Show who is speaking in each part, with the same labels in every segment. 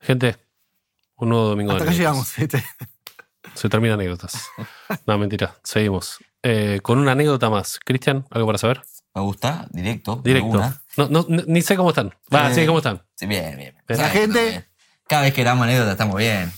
Speaker 1: Gente, un nuevo domingo
Speaker 2: Hasta
Speaker 1: de
Speaker 2: acá llegamos.
Speaker 1: anécdotas. Se termina anécdotas. no, mentira. Seguimos. Eh, con una anécdota más. Cristian, ¿algo para saber?
Speaker 3: Me gusta, directo. de
Speaker 1: Directo.
Speaker 3: una.
Speaker 1: No, no, n- ni sé cómo están. Va,
Speaker 3: Eh.
Speaker 1: sí, cómo están.
Speaker 3: Sí, bien, bien.
Speaker 1: La
Speaker 3: Saben,
Speaker 2: gente-
Speaker 3: estamos bien. Cada vez que damos anécdota estamos bien.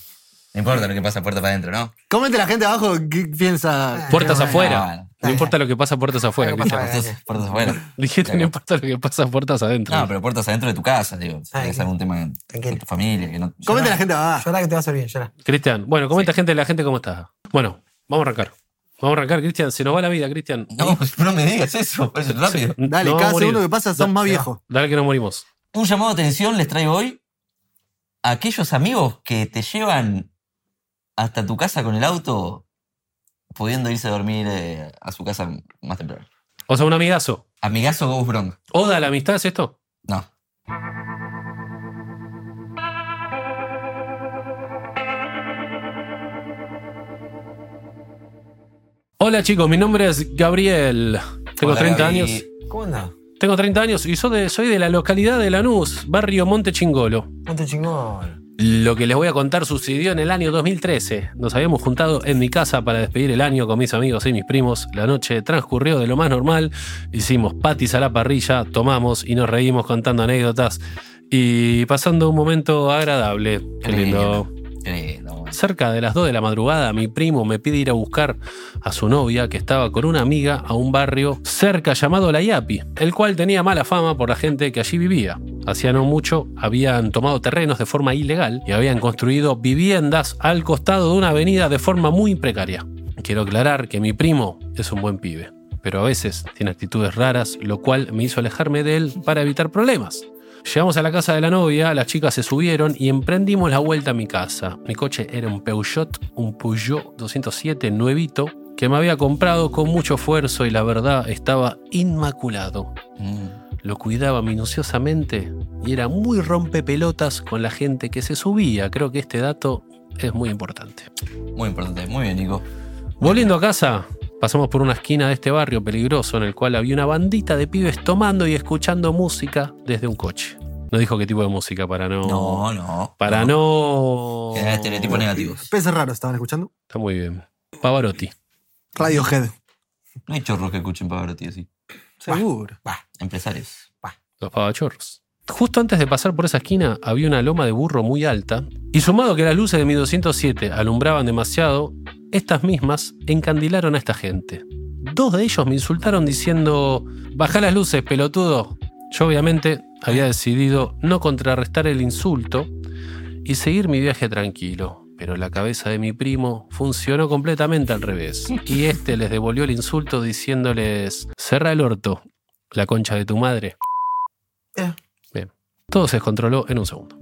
Speaker 3: No importa lo que pasa puerta para adentro, ¿no?
Speaker 2: Comente la gente abajo qué piensa.
Speaker 1: Puertas
Speaker 2: Ah,
Speaker 1: afuera. No
Speaker 3: eh,
Speaker 2: bien.
Speaker 1: importa lo que pasa puertas afuera,
Speaker 2: Algo pasa
Speaker 1: Cristian.
Speaker 2: afuera.
Speaker 3: Puertas, puertas afuera.
Speaker 1: Dijiste, no importa lo que pasa puertas adentro.
Speaker 3: No, pero puertas adentro de tu casa, digo. Si
Speaker 4: Ah,
Speaker 3: tenés
Speaker 4: bien.
Speaker 3: algún tema
Speaker 4: Tranquilo.
Speaker 3: con tu familia. Que no,
Speaker 2: Comente la gente abajo.
Speaker 4: Llorá que te va a hacer bien, llorá.
Speaker 1: Cristian, bueno, comenta gente, la gente cómo está. Bueno, vamos a arrancar. Vamos a arrancar, Cristian. Se nos va la vida, Cristian.
Speaker 3: No, no me digas eso. pues, Es rápido.
Speaker 2: Dale,
Speaker 1: Nos vamos a
Speaker 2: cada
Speaker 1: morir.
Speaker 2: segundo que pasa son más viejos.
Speaker 1: Dale que nos morimos.
Speaker 3: Un llamado a atención les traigo hoy a aquellos amigos que te llevan hasta tu casa con el auto pudiendo irse a dormir eh, a su casa más temprano.
Speaker 1: O sea, un amigazo.
Speaker 3: Amigazo Ghost Bronx.
Speaker 1: ¿Oda a la amistad es esto?
Speaker 3: No.
Speaker 1: Hola chicos, mi nombre es Gabriel. Tengo
Speaker 3: Hola,
Speaker 1: 30
Speaker 3: Gaby.
Speaker 1: años.
Speaker 4: ¿Cómo anda?
Speaker 1: Tengo 30 años y soy de, soy de la localidad de Lanús, barrio Monte Chingolo.
Speaker 4: Ponte chingón.
Speaker 1: Lo que les voy a contar sucedió en el año 2013. Nos habíamos juntado en mi casa para despedir el año con mis amigos y mis primos. La noche transcurrió de lo más normal. Hicimos patis a la parrilla, tomamos y nos reímos contando anécdotas y pasando un momento agradable. Qué lindo.
Speaker 3: Qué lindo, bueno.
Speaker 1: Cerca de las 2 de la madrugada, mi primo me pide ir a buscar a su novia que estaba con una amiga a un barrio cerca llamado La Iapi, el cual tenía mala fama por la gente que allí vivía. Hacía no mucho habían tomado terrenos de forma ilegal y habían construido viviendas al costado de una avenida de forma muy precaria. Quiero aclarar que mi primo es un buen pibe, pero a veces tiene actitudes raras, lo cual me hizo alejarme de él para evitar problemas. Llegamos a la casa de la novia, las chicas se subieron y emprendimos la vuelta a mi casa. Mi coche era un Peugeot, un Peugeot 207 nuevito que me había comprado con mucho esfuerzo y la verdad estaba inmaculado.
Speaker 3: Mm.
Speaker 1: Lo cuidaba minuciosamente y era muy rompepelotas con la gente que se subía. Creo que este dato es muy importante.
Speaker 3: Muy importante. Muy bien, Nico.
Speaker 1: Volviendo a casa, pasamos por una esquina de este barrio peligroso en el cual había una bandita de pibes tomando y escuchando música desde un coche. No dijo qué tipo de música para no.
Speaker 3: No, no.
Speaker 1: Para no.
Speaker 3: Era estereotipos negativos.
Speaker 2: Peces raros estaban escuchando.
Speaker 1: Está muy bien. Pavarotti.
Speaker 2: Radiohead.
Speaker 3: No hay chorros que escuchen Pavarotti así.
Speaker 2: Seguro.
Speaker 3: Bah, empresarios. Bah.
Speaker 1: Los pavachorros. Justo antes de pasar por esa esquina había una loma de burro muy alta y sumado que las luces de mi 207 alumbraban demasiado, estas mismas encandilaron a esta gente. Dos de ellos me insultaron diciendo, baja las luces, pelotudo. Yo obviamente había decidido no contrarrestar el insulto y seguir mi viaje tranquilo, pero la cabeza de mi primo funcionó completamente al revés y este les devolvió el insulto diciéndoles, cerra el orto, la concha de tu madre. Todo se descontroló en un segundo.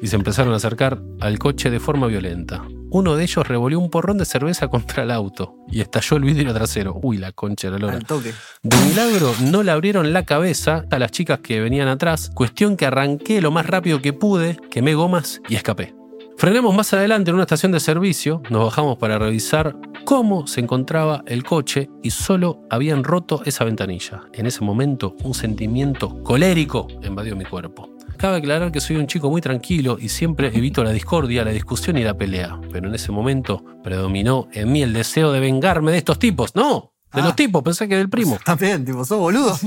Speaker 1: Y se empezaron a acercar al coche de forma violenta. Uno de ellos revolvió un porrón de cerveza contra el auto y estalló el vidrio trasero. Uy, la concha de la lora.
Speaker 2: Al toque.
Speaker 1: De milagro no le abrieron la cabeza a las chicas que venían atrás, cuestión que arranqué lo más rápido que pude, quemé gomas y escapé. Frenamos más adelante en una estación de servicio, nos bajamos para revisar cómo se encontraba el coche y solo habían roto esa ventanilla. En ese momento un sentimiento colérico invadió mi cuerpo. Cabe aclarar que soy un chico muy tranquilo y siempre evito la discordia, la discusión y la pelea, pero en ese momento predominó en mí el deseo de vengarme de estos tipos. No, de
Speaker 2: Ah.
Speaker 1: los tipos, pensé que del primo.
Speaker 2: También, tipo, sos boludo.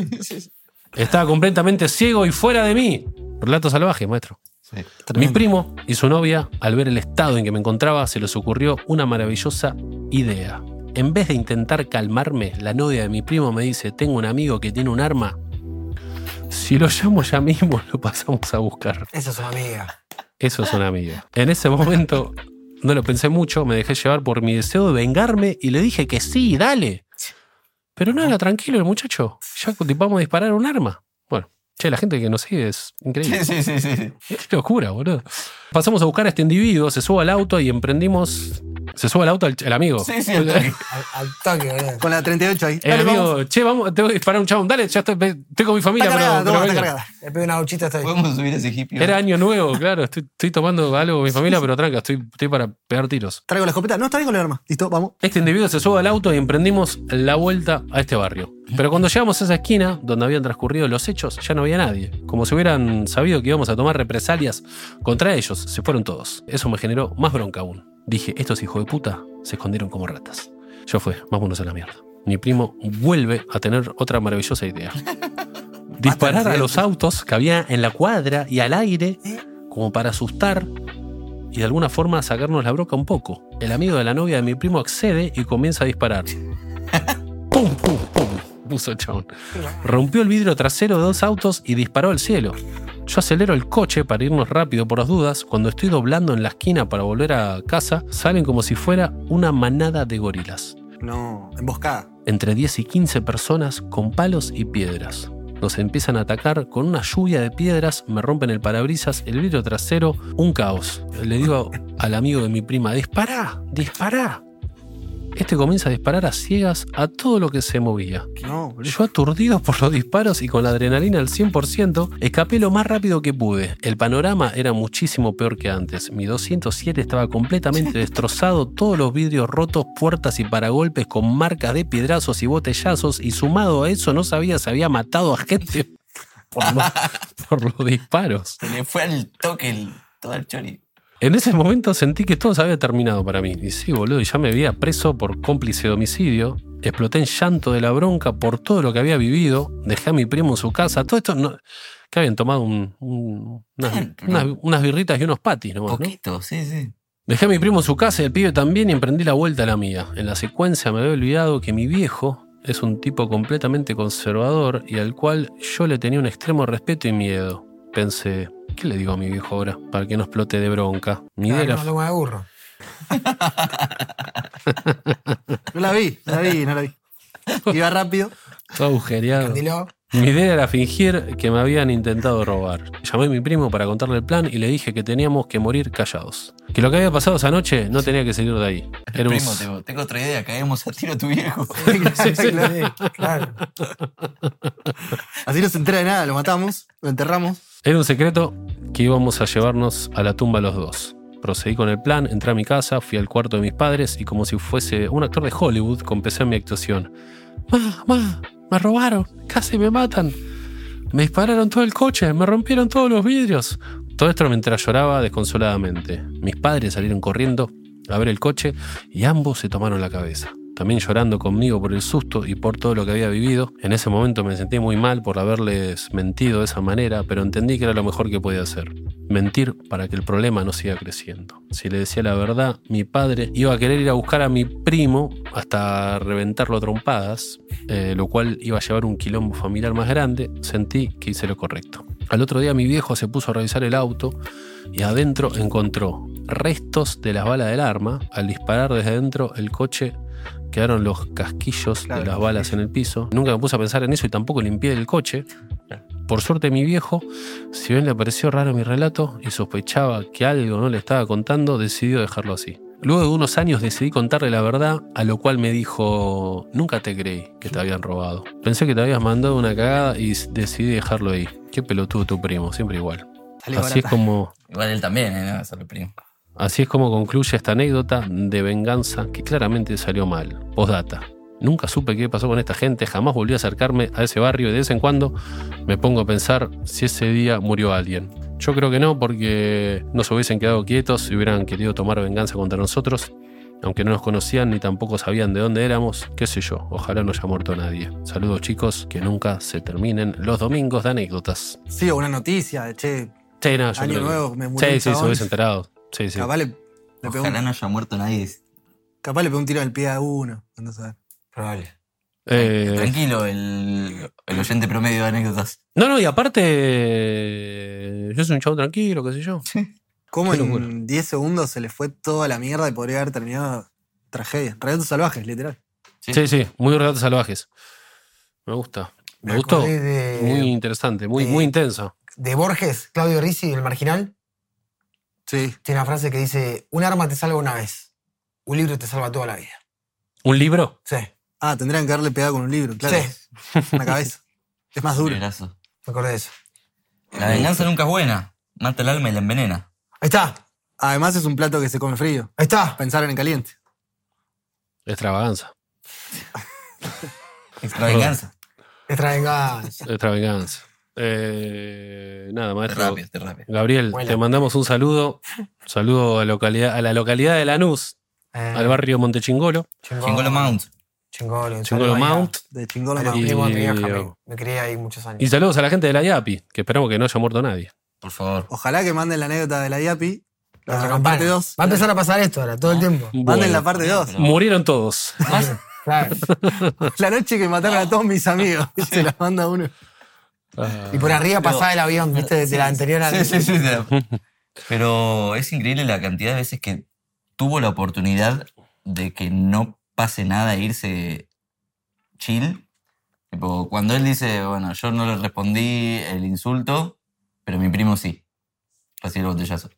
Speaker 1: Estaba completamente ciego y fuera de mí. Relato salvaje, maestro.
Speaker 3: Sí.
Speaker 1: Mi primo y su novia, al ver el estado en que me encontraba, se les ocurrió una maravillosa idea. En vez de intentar calmarme, la novia de mi primo me dice, tengo un amigo que tiene un arma. Si lo llamo ya mismo, lo pasamos a buscar.
Speaker 4: Esa es una amiga.
Speaker 1: Eso es una amiga. En ese momento no lo pensé mucho, me dejé llevar por mi deseo de vengarme y le dije que sí, dale. Pero no era tranquilo el muchacho. Ya cultivamos disparar un arma. Bueno, Che, la gente que nos sigue es increíble.
Speaker 3: Sí, sí, sí, sí.
Speaker 1: Qué locura, boludo. Pasamos a buscar a este individuo, se sube al auto y emprendimos. Se sube al auto el, el amigo.
Speaker 3: Sí, sí, el toque.
Speaker 4: Al, al toque, boludo.
Speaker 2: Con la 38 ahí.
Speaker 1: El
Speaker 2: Dale,
Speaker 1: Eh, amigo,
Speaker 2: vamos.
Speaker 1: che, vamos, tengo que disparar a un chabón, dale, ya estoy, estoy con mi familia,
Speaker 2: Está
Speaker 1: pero-
Speaker 2: cargada,
Speaker 1: pero
Speaker 2: toma, está
Speaker 1: venga.
Speaker 2: cargada.
Speaker 4: Le pego una duchita estoy.
Speaker 3: Podemos subir ese hippie.
Speaker 1: Era año nuevo, claro, estoy, estoy tomando algo con mi familia, pero tranca, estoy, estoy para pegar tiros.
Speaker 2: Traigo la escopeta. No, está bien con el arma. Listo, vamos.
Speaker 1: Este individuo se sube al auto y emprendimos la vuelta a este barrio. Pero cuando llegamos a esa esquina, donde habían transcurrido los hechos, ya no había nadie. Como si hubieran sabido que íbamos a tomar represalias contra ellos, se fueron todos. Eso me generó más bronca aún. Dije, estos hijos de puta se escondieron como ratas. Yo fue, vámonos a la mierda. Mi primo vuelve a tener otra maravillosa idea. Disparar a los autos que había en la cuadra y al aire como para asustar y de alguna forma sacarnos la broca un poco. El amigo de la novia de mi primo accede y comienza a disparar. ¡Pum, pum, pum! Puso el chabón. Rompió el vidrio trasero de dos autos y disparó al cielo. Yo acelero el coche para irnos rápido por las dudas. Cuando estoy doblando en la esquina para volver a casa, salen como si fuera una manada de gorilas.
Speaker 2: No, emboscada.
Speaker 1: Entre 10 y 15 personas con palos y piedras. Nos empiezan a atacar con una lluvia de piedras, me rompen el parabrisas, el vidrio trasero, un caos. Le digo al amigo de mi prima, dispará, dispará. Este comienza a disparar a ciegas a todo lo que se movía.
Speaker 2: No, boludo.
Speaker 1: Yo aturdido por los disparos y con la adrenalina al 100%, escapé lo más rápido que pude. El panorama era muchísimo peor que antes. Mi 207 estaba completamente destrozado, todos los vidrios rotos, puertas y paragolpes con marcas de piedrazos y botellazos y sumado a eso no sabía si había matado a gente por lo- por los disparos.
Speaker 3: Se le fue al toque el, todo el chori.
Speaker 1: En ese momento sentí que todo se había terminado para mí. Y sí, boludo, y ya me había preso por cómplice de homicidio. Exploté en llanto de la bronca por todo lo que había vivido. Dejé a mi primo en su casa. Todo esto no- que habían tomado un- un- unas, unas- unas birritas y unos patis nomás, ¿no?
Speaker 3: Poquito, sí, sí.
Speaker 1: Dejé a mi primo en su casa y el pibe también y emprendí la vuelta a la mía. En la secuencia me había olvidado que mi viejo es un tipo completamente conservador y al cual yo le tenía un extremo respeto y miedo. Pensé, ¿qué le digo a mi viejo ahora? Para que no explote de bronca. Mi idea
Speaker 4: Ah,
Speaker 1: era
Speaker 4: No, no me aburro.
Speaker 2: No la vi, no la vi, no la vi. Iba rápido.
Speaker 1: Todo agujereado.
Speaker 4: Candiló.
Speaker 1: Mi idea era fingir que me habían intentado robar. Llamé a mi primo para contarle el plan y le dije que teníamos que morir callados. Que lo que había pasado esa noche no tenía que salir de ahí. Era un-
Speaker 3: Primo, tengo, tengo otra idea. Caemos a tiro a tu viejo.
Speaker 4: Sí, claro.
Speaker 2: Así no se entera de nada, lo matamos, lo enterramos.
Speaker 1: Era un secreto que íbamos a llevarnos a la tumba los dos. Procedí con el plan, entré a mi casa, fui al cuarto de mis padres y como si fuese un actor de Hollywood, compecé mi actuación. Ma, ma, me robaron, casi me matan. Me dispararon todo el coche, me rompieron todos los vidrios. Todo esto mientras lloraba desconsoladamente. Mis padres salieron corriendo a ver el coche y ambos se tomaron la cabeza. También llorando conmigo por el susto y por todo lo que había vivido. En ese momento me sentí muy mal por haberles mentido de esa manera, pero entendí que era lo mejor que podía hacer. Mentir para que el problema no siga creciendo. Si le decía la verdad, mi padre iba a querer ir a buscar a mi primo hasta reventarlo a trompadas, eh, lo cual iba a llevar un quilombo familiar más grande. Sentí que hice lo correcto. Al otro día mi viejo se puso a revisar el auto y adentro encontró restos de las balas del arma. Al disparar desde adentro el coche quedaron los casquillos
Speaker 2: Claro,
Speaker 1: de las balas en el piso. Nunca me puse a pensar en eso y tampoco limpié el coche. Por suerte mi viejo, si bien le pareció raro mi relato y sospechaba que algo no le estaba contando, decidió dejarlo así. Luego de unos años decidí contarle la verdad, a lo cual me dijo, nunca te creí que te habían robado. Pensé que te habías mandado una cagada y s- decidí dejarlo ahí. Qué pelotudo tu primo, siempre igual.
Speaker 2: Sale
Speaker 1: así es
Speaker 2: barata.
Speaker 1: como
Speaker 3: Igual él también, ¿eh? No, solo el primo.
Speaker 1: Así es como concluye esta anécdota de venganza que claramente salió mal. Postdata. Nunca supe qué pasó con esta gente, jamás volví a acercarme a ese barrio y de vez en cuando me pongo a pensar si ese día murió alguien. Yo creo que no, porque no se hubiesen quedado quietos y hubieran querido tomar venganza contra nosotros, aunque no nos conocían ni tampoco sabían de dónde éramos, qué sé yo, ojalá no haya muerto nadie. Saludos chicos, que nunca se terminen los domingos de anécdotas.
Speaker 2: Sí, o una noticia de che,
Speaker 1: Sí, no, yo
Speaker 2: Año
Speaker 1: creo que-
Speaker 2: nuevo, me
Speaker 1: Sí,
Speaker 2: murió un
Speaker 1: sí, se
Speaker 2: chabón.
Speaker 1: hubiese enterado. Sí, sí.
Speaker 2: capaz le, le pegó
Speaker 3: Ojalá
Speaker 2: un,
Speaker 3: no haya muerto nadie.
Speaker 2: capaz le pegó un tiro al pie a uno. andá a saber.
Speaker 4: Probable.
Speaker 1: Eh,
Speaker 3: Tranquilo, el, el oyente promedio de anécdotas.
Speaker 1: No, no, y aparte, yo soy un chavo tranquilo, qué sé yo.
Speaker 2: ¿Cómo
Speaker 1: Qué locura.
Speaker 2: en 10 segundos se le fue toda la mierda y podría haber terminado tragedia? Relatos salvajes, literal.
Speaker 1: Sí, sí, muy relatos salvajes. Me gusta. Me gustó.
Speaker 4: acordé de-
Speaker 1: Muy interesante, muy,
Speaker 4: de-
Speaker 1: muy intenso.
Speaker 4: de Borges, Claudio Rizzi, el marginal,
Speaker 2: Sí.
Speaker 4: tiene una frase que dice: Un arma te salva una vez, un libro te salva toda la vida.
Speaker 1: ¿Un libro?
Speaker 4: Sí,
Speaker 2: Ah, tendrían que haberle pegado con un libro, claro. En la cabeza. Es más duro.
Speaker 3: Librazo.
Speaker 4: me acordé de eso.
Speaker 3: La venganza nunca es buena. Mata el alma y la envenena.
Speaker 4: Ahí está,
Speaker 2: Además es un plato que se come frío.
Speaker 4: ahí está.
Speaker 2: Pensar en caliente.
Speaker 1: Extravaganza.
Speaker 3: Extra venganza.
Speaker 4: Extra venganza.
Speaker 1: Extravaganza. Eh, nada,
Speaker 3: Te
Speaker 1: maestro.
Speaker 3: rápido, te rápido.
Speaker 1: Gabriel,
Speaker 4: Bueno.
Speaker 1: te mandamos un saludo. Un saludo a, localidad, a la localidad de Lanús,
Speaker 4: Eh,
Speaker 1: al barrio Montechingolo,
Speaker 4: Chingolo,
Speaker 3: Chingolo Mount.
Speaker 4: Chingolo, en
Speaker 1: Chingolo
Speaker 4: Salvador.
Speaker 1: Mount.
Speaker 2: De chingolo
Speaker 4: Era
Speaker 2: mamá.
Speaker 1: Y-
Speaker 4: primo de mi vieja, me- Me crié ahí muchos años.
Speaker 1: Y saludos a la gente de la IAPI, que esperamos que no haya muerto nadie.
Speaker 3: Por favor.
Speaker 2: Ojalá que manden la anécdota de la IAPI.
Speaker 4: La
Speaker 2: La
Speaker 4: campana.
Speaker 2: parte 2.
Speaker 4: Va a empezar a pasar esto ahora, todo el tiempo.
Speaker 2: Manden la
Speaker 1: Bueno,
Speaker 2: parte 2.
Speaker 1: Murieron todos.
Speaker 3: Más-
Speaker 4: Claro.
Speaker 2: La noche que mataron a todos mis amigos. Se las manda uno.
Speaker 1: Ah,
Speaker 4: Y por arriba pasaba el avión, viste, de la anterior al.
Speaker 3: Sí, sí, sí, sí. Pero es increíble la cantidad de veces que tuvo la oportunidad de que no pase nada e irse chill. Tipo, cuando él dice, bueno, yo no le respondí el insulto, pero mi primo sí. Recibe el botellazo.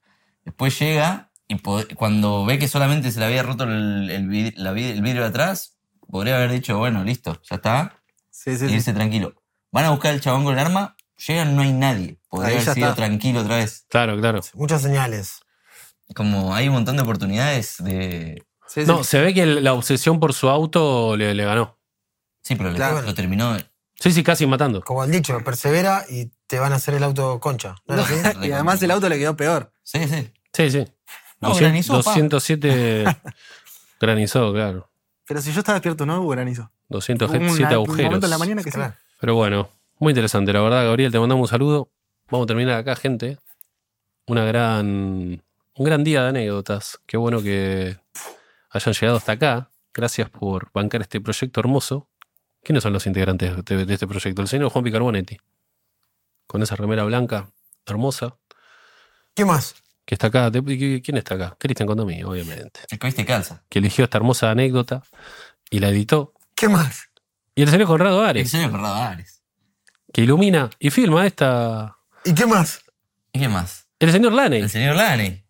Speaker 3: Después llega y po- cuando ve que solamente se le había roto el, el vid- la vid- el vidrio de atrás, podría haber dicho, bueno, listo, ya está,
Speaker 2: Sí, sí,
Speaker 3: y
Speaker 2: sí.
Speaker 3: irse tranquilo. Van a buscar al chabón con el arma, llegan, no hay nadie. Podría
Speaker 2: Ahí
Speaker 3: haber
Speaker 2: ya
Speaker 3: sido
Speaker 2: está.
Speaker 3: tranquilo otra vez.
Speaker 1: Claro, claro.
Speaker 4: Muchas señales.
Speaker 3: Como hay un montón de oportunidades de.
Speaker 2: Sí, sí.
Speaker 1: No, se ve que el- la obsesión por su auto le, le ganó.
Speaker 3: Sí, pero
Speaker 2: Claro.
Speaker 3: lo terminó.
Speaker 1: Sí, sí, casi matando.
Speaker 4: Como el dicho, persevera y te van a hacer el auto concha. ¿No
Speaker 2: No,
Speaker 4: es así?
Speaker 2: y además el auto le quedó peor.
Speaker 3: Sí, sí.
Speaker 1: Sí, sí.
Speaker 3: No,
Speaker 1: 200-
Speaker 3: granizó, pa.
Speaker 1: 207 granizó, claro.
Speaker 2: Pero si yo estaba despierto, ¿no? Hubo granizo. Hubo un-
Speaker 1: 207
Speaker 2: Un momento
Speaker 1: agujeros.
Speaker 2: en la mañana que sí.
Speaker 4: Claro.
Speaker 1: Pero bueno, muy interesante, la verdad, Gabriel, te mandamos un saludo. Vamos a terminar acá, gente. Una gran, un gran día de anécdotas. Qué bueno que hayan llegado hasta acá. Gracias por bancar este proyecto hermoso. ¿Quiénes son los integrantes de, de este proyecto? El señor Juan Picarbonetti, con esa remera blanca hermosa,
Speaker 4: ¿Qué más?
Speaker 1: que está acá. De- ¿Quién está acá? Cristian Condomí, obviamente,
Speaker 3: El que viste calza.
Speaker 1: que eligió esta hermosa anécdota y la editó.
Speaker 4: ¿Qué más?
Speaker 1: Y el señor Conrado
Speaker 3: El
Speaker 1: Ares,
Speaker 3: señor Radares.
Speaker 1: que ilumina y filma esta.
Speaker 4: ¿Y qué más?
Speaker 3: ¿Y qué más?
Speaker 1: El señor Laney.
Speaker 3: El señor Lani.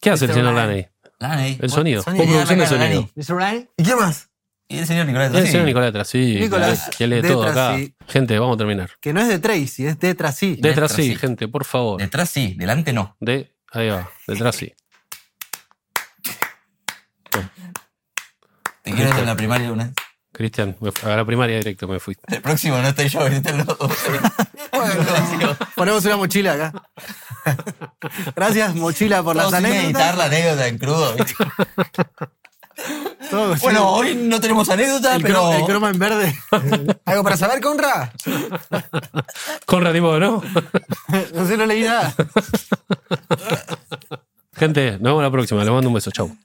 Speaker 1: ¿Qué hace el
Speaker 4: Mr.
Speaker 1: señor
Speaker 4: Ryan.
Speaker 1: Laney?
Speaker 3: Lani.
Speaker 1: El sonido.
Speaker 3: Sonido,
Speaker 1: Postproducción de
Speaker 3: la cara,
Speaker 1: sonido.
Speaker 3: Lani.
Speaker 2: ¿Mr. Ryan?
Speaker 4: ¿Y qué más?
Speaker 3: Y el señor Nicolás.
Speaker 1: El
Speaker 3: sí.
Speaker 1: señor Nicolás Trasí,
Speaker 2: Nicolás
Speaker 1: que lee
Speaker 2: de
Speaker 1: todo acá.
Speaker 2: Trasí.
Speaker 1: Gente, vamos a terminar.
Speaker 2: Que no es de Tracy, es de Tracy.
Speaker 1: De
Speaker 3: De
Speaker 1: Trasí,
Speaker 3: Trasí.
Speaker 1: gente, por favor.
Speaker 3: Detrás sí, delante no.
Speaker 1: De, ahí va, de Trasí.
Speaker 3: Te quiero en la primaria de una vez.
Speaker 1: Cristian, me fu- a la primaria directo me fui.
Speaker 3: El próximo no estoy yo, están los dos. El próximo.
Speaker 2: Ponemos una mochila acá. Gracias, mochila, por las
Speaker 3: Vamos a
Speaker 2: anécdotas.
Speaker 3: editar la anécdota en crudo. ¿viste?
Speaker 2: Todo, sí.
Speaker 3: Bueno, hoy no tenemos anécdota,
Speaker 2: el,
Speaker 3: pero.
Speaker 2: cro- el croma en verde.
Speaker 4: ¿Algo para saber, Conra?
Speaker 1: Conrad tipo, ¿no?
Speaker 2: no sé, no leí nada.
Speaker 1: gente, nos vemos la próxima. Les mando un beso. Chau.